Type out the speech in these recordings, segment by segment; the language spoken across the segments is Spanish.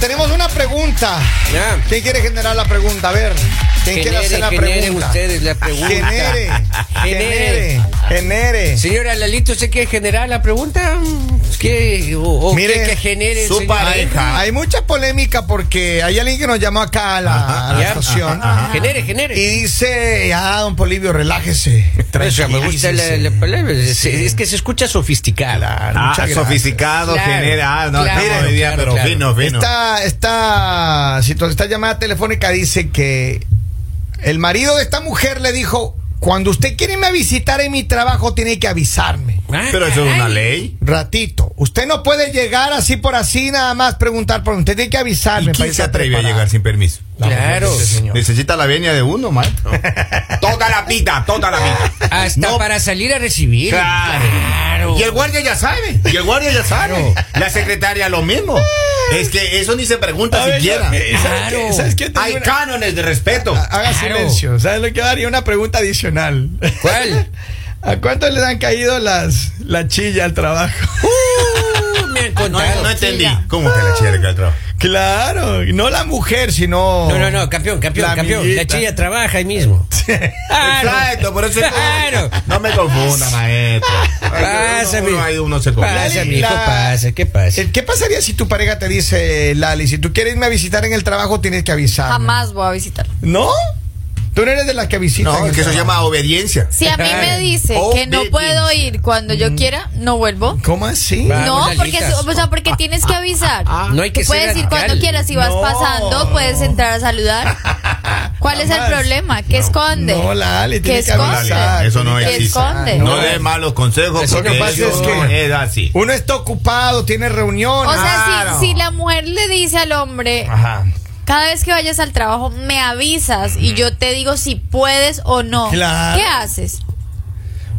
tenemos una pregunta. Ya. ¿Quién quiere generar la pregunta? A ver. ¿Quién quiere Genere, hacer la generen pregunta? ustedes la pregunta. Genere. Genere. Genere. Genere. Señora Lalito, ¿usted quiere generar la pregunta? ¿Qué, o, o Mire, qué que genere el su señor? pareja. Hay mucha polémica porque hay alguien que nos llamó acá a la, a la Ya. estación Genere, genere. y dice, ah, don Polivio, relájese. Eso, me gusta la, la palabra. Es, es que se escucha sofisticada. Ah, Ah, gracias. sofisticado, Claro, genera. Ah, no, claro, mire, hoy día, claro, pero claro. fino, fino. Esta, esta, situa- esta llamada telefónica dice que el marido de esta mujer le dijo, cuando usted quiere irme a visitar en mi trabajo, tiene que avisarme. Ah, Pero eso es una caray. ley. Ratito, usted no puede llegar así por así nada más preguntar por usted tiene que ¿Y avisarme. para quién irse se atreve a preparar. llegar sin permiso? La mujer Claro. de ese señor. Necesita la venia de uno, maestro. toda la pita, toda la pita. Hasta No. Ah, para salir a recibir. Claro. Claro. Y el guardia ya sabe. Y el guardia ya sabe. La secretaria lo mismo. Es que eso ni se pregunta siquiera. Claro. ¿Sabes eh, qué? Ah, Yo tengo Hay una- cánones de respeto. Haga Claro. silencio. ¿Sabes lo que daría? Una pregunta adicional. ¿Cuál? ¿A cuánto le han caído las la chilla al trabajo? Uh, me han No, contado. no entendí. ¿Cómo que la chica Ah. del trabajo? Claro, no la mujer, sino. No, no, no, campeón, campeón, La campeón. La amiguita. chilla trabaja ahí mismo. Claro. Exacto, por eso es como- Claro. No me confunda, maestro. Pasa, Uno- uno- mi- ahí uno se confunde. Pasa, La- mijo, la- pasa, ¿qué pasa? Eh, ¿Qué pasaría si tu pareja te dice, Lali, si tú quieres irme a visitar en el trabajo, tienes que avisar? Jamás voy a visitar. ¿No? Tú no eres de las que visitan. No, en es el que eso se trabajo. llama obediencia. Si a mí me dice Oh, que no puedo ir cuando Mm. yo quiera, no vuelvo. ¿Cómo así? Va. No, Vamos, porque, Lalitas. o sea, porque tienes que avisar. ah, No hay que Tú ser puedes ir radical. cuando quieras, si vas No. pasando, puedes entrar a saludar. ¿Cuál es el Jamás. problema? ¿Qué esconde? No, Lali, ¿Qué tienes que avisar. esconde? Eso no ¿Qué existe. esconde? No dé malos consejos Eso porque que pasa eso es que- es así. Uno está ocupado, tiene reunión. O sea, si- Claro. si, la mujer le dice al Ah. hombre, Ajá. cada vez que vayas al trabajo me avisas y yo te digo si puedes o no, Claro. ¿qué haces?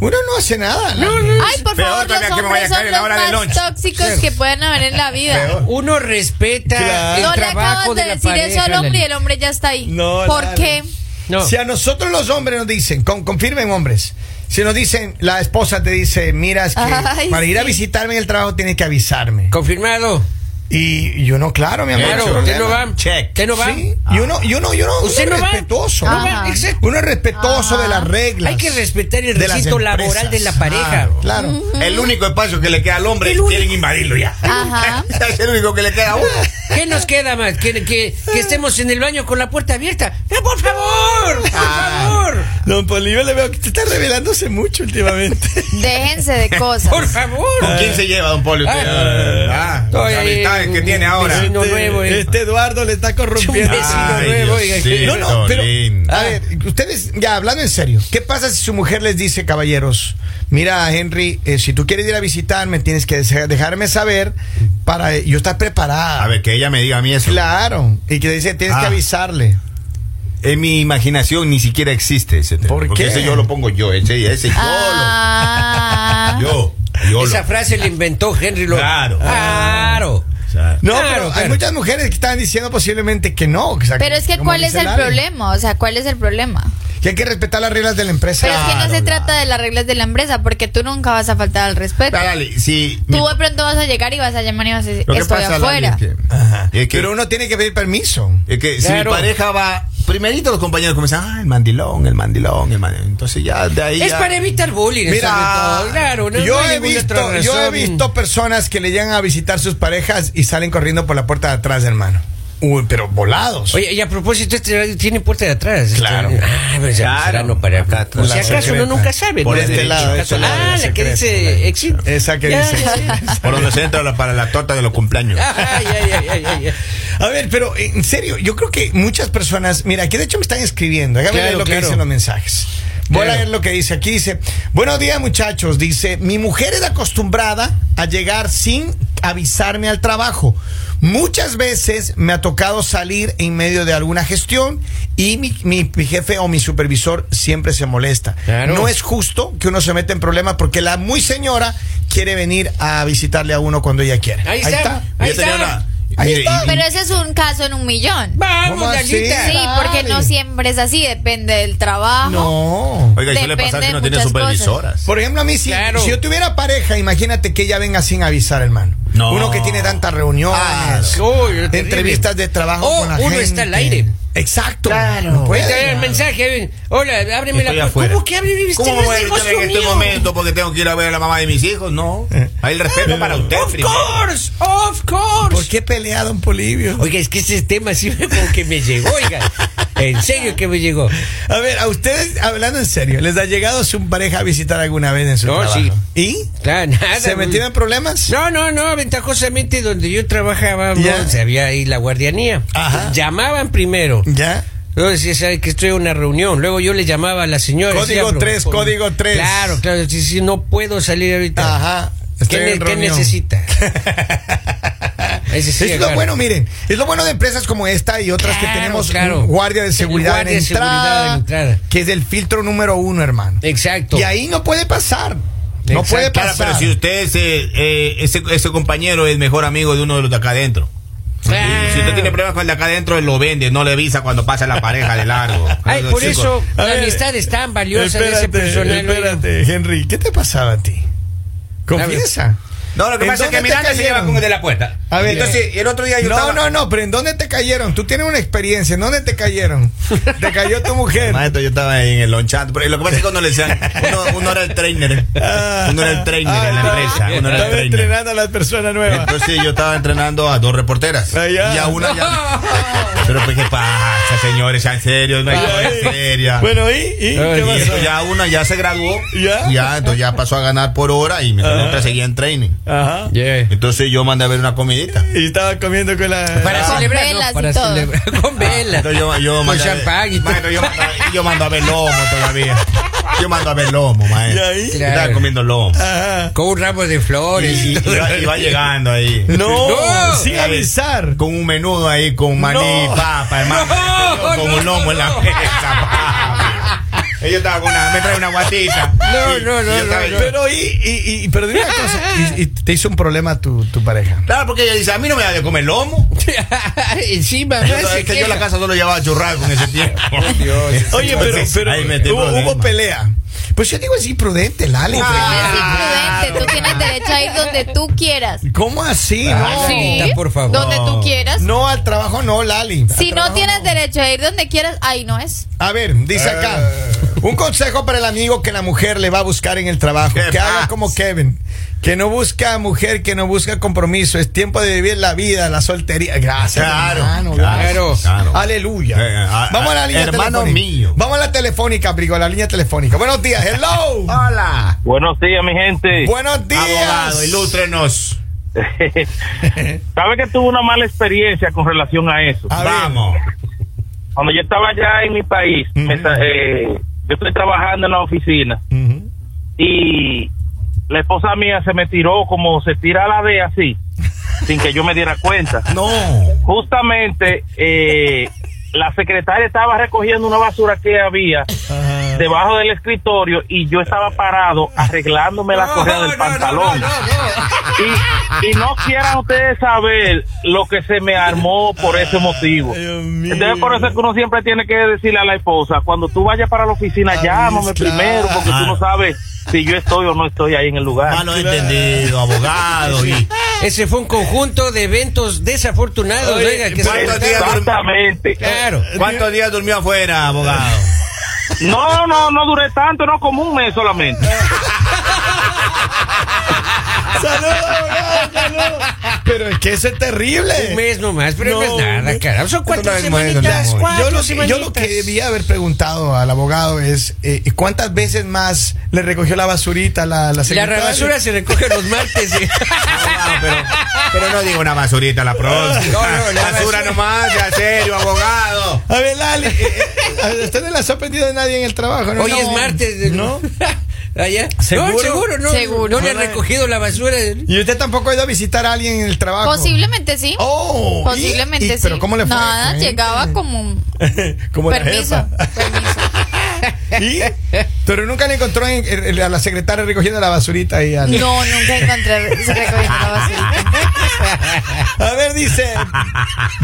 Uno no hace nada. Lali. Ay, por Peor favor, todavía los que me vaya a hombres caer son en la los hora del lunch. más tóxicos que pueden haber en la vida. Uno respeta Claro. el No le trabajo acabas de de la decir eso pareja. al hombre y Lali. el hombre ya está ahí. No, ¿Por Lali. qué? No. Si a nosotros los hombres nos dicen, con, confirmen hombres, si nos dicen, la esposa te dice, mira, es que Ay, para ir a sí. visitarme en el trabajo tienes que avisarme. Confirmado. Y yo no, claro, mi amor. Claro, no hay usted no problema. va. Usted no va. Ah. Sí, y uno, y uno, y uno, uno Usted es no va. respetuoso. No va, Ajá. exacto. Uno es respetuoso de las reglas. Hay que respetar el de las recinto laboral empresas. de la pareja. Claro. claro. El único espacio que le queda al hombre El único. quieren invadirlo ya. Ajá. es el único que le queda a uno. ¿Qué nos queda más? ¿Que, que, que estemos en el baño con la puerta abierta. ¡No, por favor! ¡Por favor! Ah. Don Polivio le veo que te está revelándose mucho últimamente. Déjense de cosas. ¡Por favor! ¿Con quién se lleva, don Poli? usted? Ah. Ah, las amistades que tiene ahora. Vecino Este- nuevo, eh. este Eduardo le está corrompiendo. Un vecino Ay, nuevo, oiga, Diosito No, que- no, pero, lindo. a ver, ustedes, ya hablando en serio, ¿qué pasa si su mujer les dice, caballeros, mira, Henry, eh, si tú quieres ir a visitarme, tienes que dese- dejarme saber para yo estar preparada? A ver, que ella me diga a mí eso. Claro, y que dice, tienes que Ah. avisarle. En mi imaginación ni siquiera existe ese tema. ¿Por porque qué? ese yo lo pongo yo, ese, ese yo Ah. lo. Yo, yo Esa lo- frase la inventó Henry Lord. Claro. Claro. O sea, No, Claro, pero hay claro. muchas mujeres que están diciendo posiblemente que no. o sea, Pero es que como ¿cuál es dice el Lali, problema? O sea, ¿cuál es el problema? Que hay que respetar las reglas de la empresa. Pero es que no se Claro, trata claro. de las reglas de la empresa, porque tú nunca vas a faltar al respeto. dale, si mi- Tú de pronto vas a llegar y vas a llamar y vas a decir, lo que estoy pasa, Lali, afuera. es que- Ajá, es que- Pero uno tiene que pedir permiso. Es que si Claro. mi pareja va, primerito los compañeros comienzan, ah, el mandilón, el mandilón, el mandilón. Entonces ya de ahí. Es ya- para evitar bullying. Mira, sobre todo. claro. no- yo, no hay he ninguna otra visto, yo he razón. visto personas que le llegan a visitar sus parejas y salen corriendo por la puerta de atrás, hermano. Uy, pero volados. Oye, y a propósito, este radio tiene puerta de atrás. Claro. Ah, pero ya Claro. será no para. Acá Por atrás. si La acaso uno secreta. nunca sabe. Por ¿no? este En lado, caso- este lado de Ah, la la que secreta, dice exit. Esa que Ya, dice. ya, Ah, ya. Por donde se entra la- para la torta de los cumpleaños. Ay, ay, ay, ay, ay, ay. A ver, pero eh, en serio, yo creo que muchas personas, mira, aquí de hecho me están escribiendo, déjame Claro, leer lo que claro. dicen los mensajes. Voy a Claro. leer lo que dice aquí, dice, buenos días muchachos, dice, mi mujer es acostumbrada a llegar sin avisarme al trabajo. Muchas veces me ha tocado salir en medio de alguna gestión y mi, mi- mi jefe o mi supervisor siempre se molesta. Claro. No es justo que uno se meta en problemas porque la muy señora quiere venir a visitarle a uno cuando ella quiere. Ahí está. Ahí Fíjate, está. Leona, Ahí Mire, está. y- Pero ese es un caso en un millón. ¿Cómo Vamos, así? Dalita. Sí, porque no siempre es así, depende del trabajo. No. Oiga, ¿y suele Depende pasar de si no tiene muchas supervisoras? Por ejemplo, a mí, si, Claro. si yo tuviera pareja, imagínate que ella venga sin avisar, hermano. No. Uno que tiene tantas reuniones, Uy, era terrible. entrevistas de trabajo O con la uno gente. está al aire. Exacto. Claro. No puede. Puede traer el mensaje. ven. Hola, ábreme Estoy la puerta. afuera. ¿Cómo que ábreme? Este ¿Cómo no me voy a es gritar en negocio este mío. momento porque tengo que ir a ver a la mamá de mis hijos? No. Eh. Hay el respeto para usted. Of primero. course, of course. ¿Por qué pelea Don Polivio? Oiga, es que ese tema sí me como que me llegó, oiga. En serio que me llegó. A ver, a ustedes, hablando en serio, ¿les ha llegado su pareja a visitar alguna vez en su No, trabajo? sí. ¿Y? Claro, Ah, nada. ¿Se güey. metieron en problemas? No, no, no, ventajosamente donde yo trabajaba, Ya. no, se había ahí la guardianía. Ajá. Llamaban primero. ¿Ya? Luego decía, ¿sabe que estoy en una reunión? Luego yo le llamaba a la señora. Código decía, pero- tres, por- código tres. Claro, claro, sí, sí, no puedo salir ahorita. Ajá. ¿Qué, Estoy ne- en qué reunión. necesita? Ese sí, es lo claro. bueno, miren, es lo bueno de empresas como esta y otras que Claro, tenemos claro. un guardia de El seguridad, guardia en de seguridad entrada, en entrada. que es el filtro número uno, hermano. Exacto. Y ahí no puede pasar. No Exacto. puede Claro, pasar. pero si usted es, eh, eh, ese, ese compañero es mejor amigo de uno de los de acá adentro. Claro. Y Si usted tiene problemas con el de acá adentro, él lo vende, no le avisa cuando pasa la pareja de largo. Ay, Los por chicos- eso A la ver, amistad es tan valiosa de ese personal. oiga. Espérate, Henry, ¿qué te pasaba a ti? Confiesa. No, lo que ¿En pasa es dónde que te Miranda se cayeron? lleva con el de la puerta. A ver, eh, entonces el otro día yo No, estaba- no, no, pero ¿en dónde te cayeron? Tú tienes una experiencia, ¿en dónde te cayeron? Te cayó tu mujer. Maestro, yo estaba en el lonchando. Pero lo que pasa es que uno le decían, uno, uno era el trainer. ¿eh? Ah. Uno era el trainer en la Ah, empresa. Uno era el Estaba trainer. entrenando a las personas nuevas. Entonces yo estaba entrenando a dos reporteras. Ah, ya. Y a una ya. Pero pues, ¿qué pasa, señores? Ya en serio, no hay cosa seria. Bueno, ¿y? ¿Y Ay, qué Y pasó? eso ya una ya se graduó. Ya. entonces ya pasó a ganar por hora y mientras la otra seguía en training. Ajá. Yeah. Entonces yo mandé a ver una comidita. Y estaba comiendo con la. Para Con celebrar, velas Ah, no, y para todo. celebrar Ah, con velas. Entonces yo, yo con mandé a ver- champán y todo. Maestro, yo mando, yo mando a ver lomo todavía. Yo mando a ver lomo, maestro. ¿Y ahí? Ah, Yo Estaba Claro. comiendo lomo. Ajá. Con un ramo de Y, flores. y- y va, y va llegando ahí. No, No. sin A ver, avisar. Con un menudo ahí, con maní, No. papa, hermano. No, con no, un lomo en la no. mesa, papi. Ella estaba con una, me trae una guatita. No, Y- no, y no, yo no, estaba- no. Pero, y, y, y- pero dime una cosa. Y, y te hizo un problema tu, tu pareja. Claro, porque ella dice, a mí no me da de comer lomo. Encima, Yo, más se es que yo a queja. la casa solo llevaba churrasco en ese tiempo. Oye, pero, Entonces, pero ahí metí hubo, problema. hubo pelea. Pues yo digo, es imprudente, Lali. Ah, es imprudente, tú tienes derecho a ir donde tú quieras. ¿Cómo así? Ah, No. sí. Lalita, por favor. Donde tú quieras. No, al trabajo no, Lali. Si Al no trabajo tienes derecho a ir donde quieras, ahí no es. A ver, dice acá. Eh. Un consejo para el amigo que la mujer le va a buscar en el trabajo. ¿Qué Que haga más? como Kevin. Que no busca mujer, que no busca compromiso. Es tiempo de vivir la vida, la soltería. Gracias. Claro, hermano, claro, gracias. claro. Aleluya. Eh, a- Vamos a la a- línea hermano telefónica. mío. Vamos a la telefónica, Brigo, a la línea telefónica. Buenos días. Hello. Hola. Buenos días, mi gente. Buenos días. Abogado, ilústrenos. Sabe que tuve una mala experiencia con relación a eso. Ah. A ver. Vamos. Cuando yo estaba allá en mi país, me sa- eh, yo estoy trabajando en la oficina Ujú. y la esposa mía se me tiró como se tira la de así, sin que yo me diera cuenta. No. Justamente eh, la secretaria estaba recogiendo una basura que había Ajá. debajo del escritorio y yo estaba parado arreglándome la correa del pantalón. Y, y no quieran ustedes saber lo que se me armó por ese motivo. Ay, Dios Mm, mío. Entonces por eso es que uno siempre tiene que decirle a la esposa, cuando tú vayas para la oficina, Ah, llámame claro. primero, porque tú no sabes si yo estoy o no estoy ahí en el lugar. Malo entendido, abogado. Y Ese fue un conjunto de eventos desafortunados, Oye, eh, oiga, que se ¿cuántos presentaron. días, durmió, Exactamente. Claro. ¿Cuántos días durmió afuera, abogado? No, no, no duré tanto, no como un mes solamente. Saludos, abogado, saludos. Pero es que eso es terrible. Un mes nomás, pero no, eh, No, es nada, no. carajo. Son cuatro no es bueno, mi semanitas, amor. Yo cuatro lo, que, yo semanitas. lo que debía haber preguntado al abogado es eh, ¿cuántas veces más le recogió la basurita la, la La secretaria? basura se recoge los martes. eh. Abogado, pero, pero no digo una basurita la próxima. No, no, la basura. basura nomás, sea serio, abogado. A ver, Lali, eh, eh, a ver, usted no la ha sorprendido de nadie en el trabajo, ¿no? Hoy No. es martes. eh, ¿No? ¿Allá? No, ¿Seguro? seguro, no. Seguro. No le han recogido la basura. Y usted tampoco ha ido a visitar a alguien en el trabajo. Posiblemente sí. Ah, Oh, ¿y- Posiblemente y- sí. ¿Pero cómo le fue? Nada, Eh, llegaba como un Como la permiso. jefa. permiso. ¿Y? Pero nunca le encontró en- en- a la secretaria recogiendo la basurita ahí. al- No, nunca encontré se recogiendo la basurita. A ver, dice.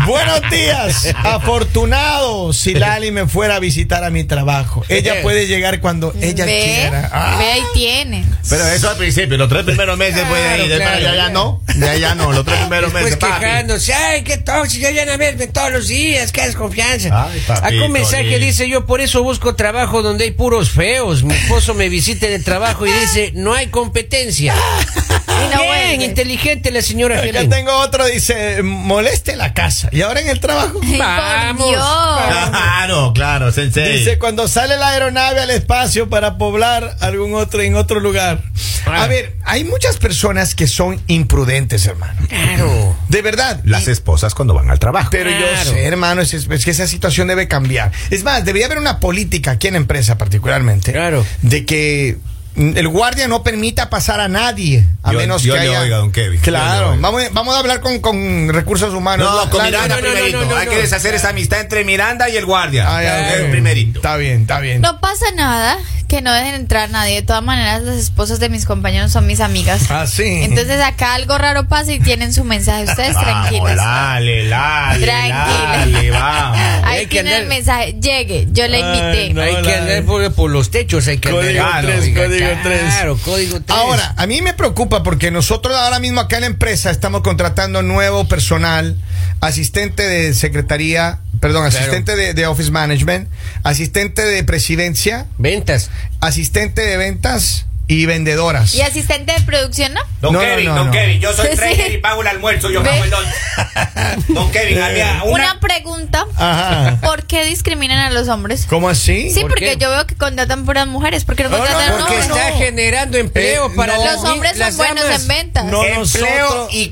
Buenos días. Afortunado si Lali me fuera a visitar a mi trabajo. Ella puede llegar cuando ella ve, quiera. Ah, ve ahí tiene. Pero eso al principio, los tres primeros meses puede ir. Claro, para allá claro. ya no. Ya ya no, los tres primeros Después meses. papi. quejándose, ay, qué tóxico, ya vienen a verme todos los días, qué desconfianza. Ay, papito Acá un mensaje lindo. dice, yo por eso busco trabajo donde hay puros feos. Mi esposo me visita en el trabajo y dice, no hay competencia. Y no Bien, vuelve. inteligente la señora Acá Helen. tengo otro, dice, moleste la casa. Y ahora en el trabajo. Ay, por Vamos. Dios. Claro, claro, sensei. Dice, cuando sale la aeronave al espacio para poblar algún otro en otro lugar. A Ah. ver, hay muchas personas que son imprudentes, hermano. Claro. De verdad. Las esposas cuando van al trabajo. Pero yo Claro. sé, hermano, es, es que esa situación debe cambiar. Es más, debería haber una política aquí en la empresa particularmente. Claro. De que mm, el guardia no permita pasar a nadie. A Yo- menos yo que le haya... oigo a don Kevin. Yo le Claro. oigo. Vamos, vamos a hablar con, con recursos humanos. No, con La- Miranda no, no, no, primerito. no, no, Hay no. que deshacer esa amistad entre Miranda y el guardia. Ah, ya, El ok. primerito. Está bien, está bien. No pasa nada, que no dejen entrar nadie. De todas maneras, las esposas de mis compañeros son mis amigas. Ah, sí. Entonces acá algo raro pasa y tienen su mensaje. Ustedes Vamos, tranquilas. dale, dale, Tranquila. dale, vamos. Hay Ahí que tiene el andar- mensaje. Llegue, yo la invité. no. hay que la- andar por, por los techos, hay que Código andar. tres, oiga, código tres. Claro, código 3. Ahora, a mí me preocupa porque nosotros ahora mismo acá en la empresa estamos contratando nuevo personal, asistente de secretaría, perdón, asistente de, de office management, asistente de presidencia, ventas. asistente de ventas y vendedoras. Y asistente de producción, ¿no? Don No, no, Kevin, no, don no. Kevin, yo soy Sí, trainer sí. y pago el almuerzo, yo Ve. pago el don. don Kevin, había Una, una... pregunta. Ajá. ¿Por qué discriminan a los hombres? ¿Cómo así? Sí, ¿Por porque qué? yo veo que contratan puras mujeres. ¿Por qué no No, no, contratan porque Porque hombres? no. está generando empleo Eh, para no. las Los hombres son las buenos damas. en ventas. No, empleo nosotros- y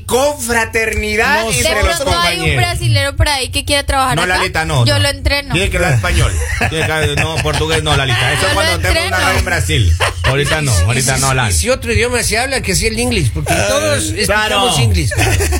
confraternidad Nosotros- De entre los pronto hay un compañeros. brasilero por ahí que quiere trabajar No, acá. Lalita, no. Yo no. lo entreno. Tiene que hablar español. Tiene que hablar- no, portugués no, Lalita. Eso Yo es lo cuando tengo una entreno. red en Brasil. Ahorita no, ahorita no, Y Lali. si otro idioma se habla, que sea el inglés, porque todos explicamos claro. inglés.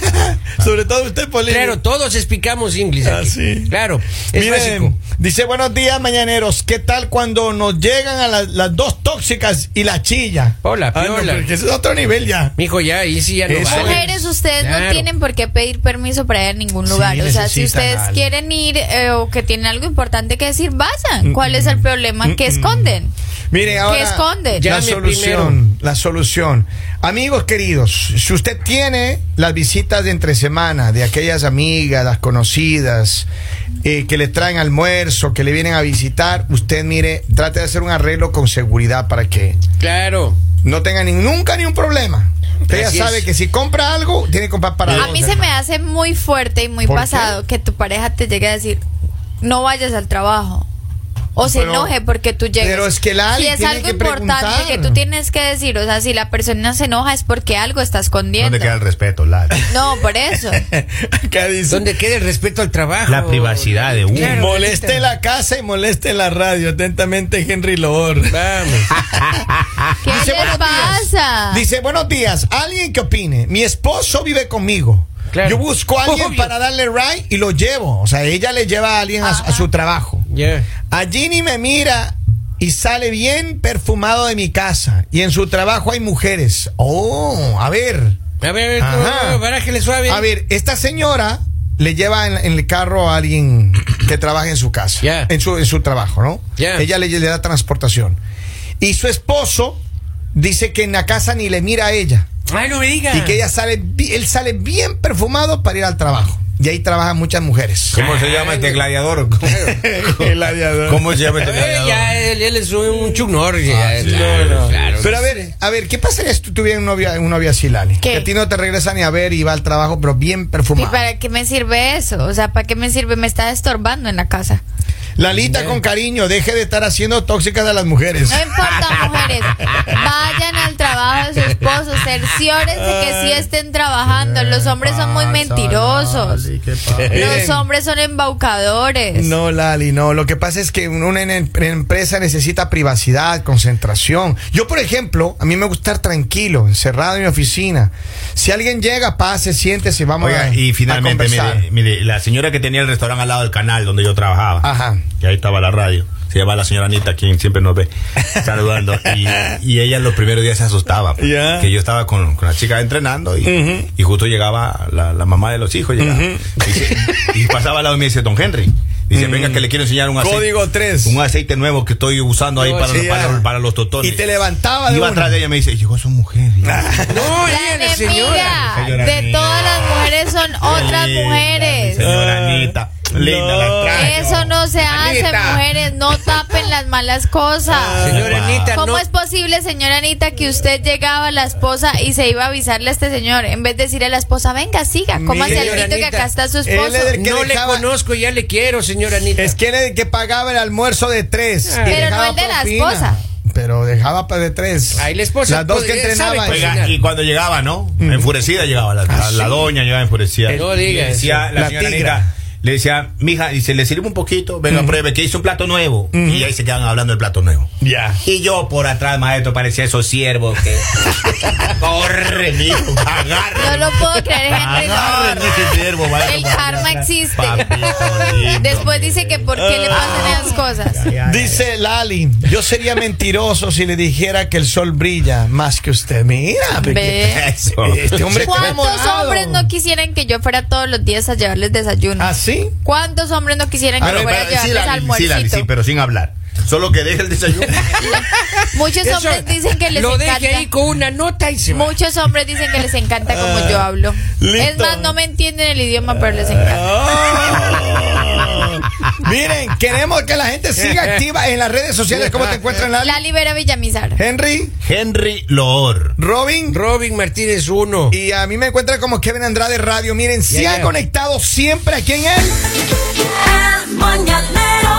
Sobre todo usted, Polino. Claro, todos explicamos inglés. Ah, aquí. sí. Claro, es Miren, básico. dice buenos días mañaneros, ¿qué tal cuando nos llegan a la- las dos tóxicas y la chilla? Hola, Ah, no, piola. porque ese es otro nivel ya. Mijo, ya, ahí sí ya no Eso. vale. Mujeres, ustedes no Claro. tienen por qué pedir permiso para ir a ningún Sí, lugar. o sea, si necesitan ustedes algo. quieren ir eh, o que tienen algo importante que decir, Mm, vayan. ¿Cuál es el problema? ¿Qué esconden? Miren, ahora. esconde? La Llame solución. primero. La solución. Amigos queridos, si usted tiene las visitas de entre semana de aquellas amigas, las conocidas, eh, que le traen almuerzo, que le vienen a visitar, usted mire, trate de hacer un arreglo con seguridad para que Claro. no tenga ni, nunca ni un problema. Usted Así ya sabe es. que si compra algo, tiene que comprar para A dos, mí se hermano. me hace muy fuerte y muy ¿Por qué? pasado que tu pareja te llegue a decir, no vayas al trabajo. O se Pero- enoje porque tú llegas. pero es que la Si Ali es tiene algo que importante preguntar. que tú tienes que decir, o sea, si la persona se enoja es porque algo está escondiendo. ¿Dónde queda el respeto, Lali? No, por eso. Acá dice, Donde queda el respeto al trabajo. La privacidad de uno. Claro, Moleste Lalita. la casa y moleste la radio. Atentamente, Henry Loor. Vamos. ¿Qué Dice, les "Buenos días". pasa? Dice, buenos días. Alguien que opine. Mi esposo vive conmigo. Claro. Yo busco a alguien Obvio. para darle ride y lo llevo. O sea, ella le lleva a alguien a, a su trabajo. Ya. A Ginny me mira y sale bien perfumado de mi casa. Y en su trabajo hay mujeres. Oh, a ver. A ver, a ver, Ajá. no, no, barájele suave. A ver, esta señora le lleva en, en el carro a alguien que trabaja en su casa. Ya. En, su, en su trabajo, ¿no? Ya. Ella le, le da transportación. Y su esposo dice que en la casa ni le mira a ella. Ay, no me diga. Y que ella sale, bi- él sale bien perfumado para ir al trabajo. Y ahí trabajan muchas mujeres. ¿Cómo se llama este gladiador? ¿Cómo se llama este Eh, gladiador? ya, él, él es un Chuck Norris. Ah, ya, sí. claro, No, no. claro. Pero a ver, a ver, ¿qué pasaría si tú tuvieras un novio, un novio así, Lali? ¿Qué? Que a ti no te regresa ni a ver y va al trabajo, pero bien ¿Y perfumado. para qué me sirve eso? O sea, ¿para qué me sirve? Me está estorbando en la casa. Lalita, con cariño, deje de estar haciendo tóxicas a las mujeres. No importa, mujeres. Vayan al trabajo de su esposo. Cerciórense que sí estén trabajando. Los hombres son muy mentirosos. Los hombres son embaucadores. No, Lali, no. Lo que pasa es que un- una en- en- empresa necesita privacidad, concentración. Yo, por ejemplo, a mí me gusta estar tranquilo, encerrado en mi oficina. Si alguien llega, pase, siéntese, vamos Oiga, a y finalmente, a conversar. mire, mire, la señora que tenía el restaurante al lado del canal donde yo trabajaba, Ajá. que ahí estaba la radio, se llama la señora Anita, quien siempre nos ve saludando. Y, y ella los primeros días se asustaba. pues, Ya. Que yo estaba con, con la chica entrenando y, y justo llegaba la, la mamá de los hijos. llegaba. Dice- y, pasaba al lado y me dice, don Henry. Dice, venga que le quiero enseñar un aceite. Código tres. Un aceite nuevo que estoy usando ahí Oh, para, sí, para, ya. para los totones. Y te levantaba de Iba una. atrás de ella y me dice, llegó su mujer. No, La ella es la señora. enemiga de todas las mujeres son otras Linda, mi mujeres. Señora Anita. Linda la no. extraño. Eso no se hace, Anita. mujeres. No tapen las malas cosas. Señora Wow. Anita, ¿Cómo no. es posible, señora Anita, que usted llegaba a la esposa y se iba a avisarle a este señor? En vez de decirle a la esposa, venga, siga, cómase el señora grito que Anita, acá está su él es esposo. del que no dejaba- le conozco, ya le quiero, señora Anita. Es que era el que pagaba el almuerzo de tres. Ah. y Pero no dejaba el de la propina. esposa. Pero dejaba pa- de tres. Ahí la esposa Las dos que podría- sabe entrenaban. cocinar. Oiga, y cuando llegaba, ¿no? Enfurecida llegaba la, la- la doña, llegaba enfurecida. No diga le decía, eso. la, La señora tigra. Anita, le decía, mija, dice, le sirve un poquito, venga, pruebe, que hizo un plato nuevo. Y ahí se quedan hablando del plato nuevo. Ya. Y yo por atrás, maestro, parecía esos siervos que. Corre, mijo, No agarre. lo puedo creer, Henry. no. Agarre, ese siervo, maestro. El karma existe. Papito lindo. Después dice que por qué le pasan esas cosas. Dice Lali, yo sería mentiroso si le dijera que el sol brilla más que usted. Mira, Ve. Eso. Oh. este hombre está ¿Cuántos enamorado. hombres no quisieran que yo fuera todos los días a llevarles desayuno? ¿Así? ¿Cuántos hombres no quisieran que Ah, no, yo fuera a espera, sí, llevarles Lali, sí, Lali, almuercito? sí, pero sin hablar. Solo que deje el desayuno. Muchos Eso, hombres dicen que les Lo encanta. deje ahí con una nota y se va. Muchos hombres dicen que les encanta como yo hablo. Es listo. más, no me entienden el idioma, pero les encanta. Miren, queremos que la gente siga activa en las redes sociales. ¿Cómo te encuentran, Lali? La libera Villamizar. Henry, Henry Loor. Robin. Robin Martínez 1. Y a mí me encuentran como Kevin Andrade Radio. Miren, se Ya, han ya. conectado siempre aquí en él. El mañanero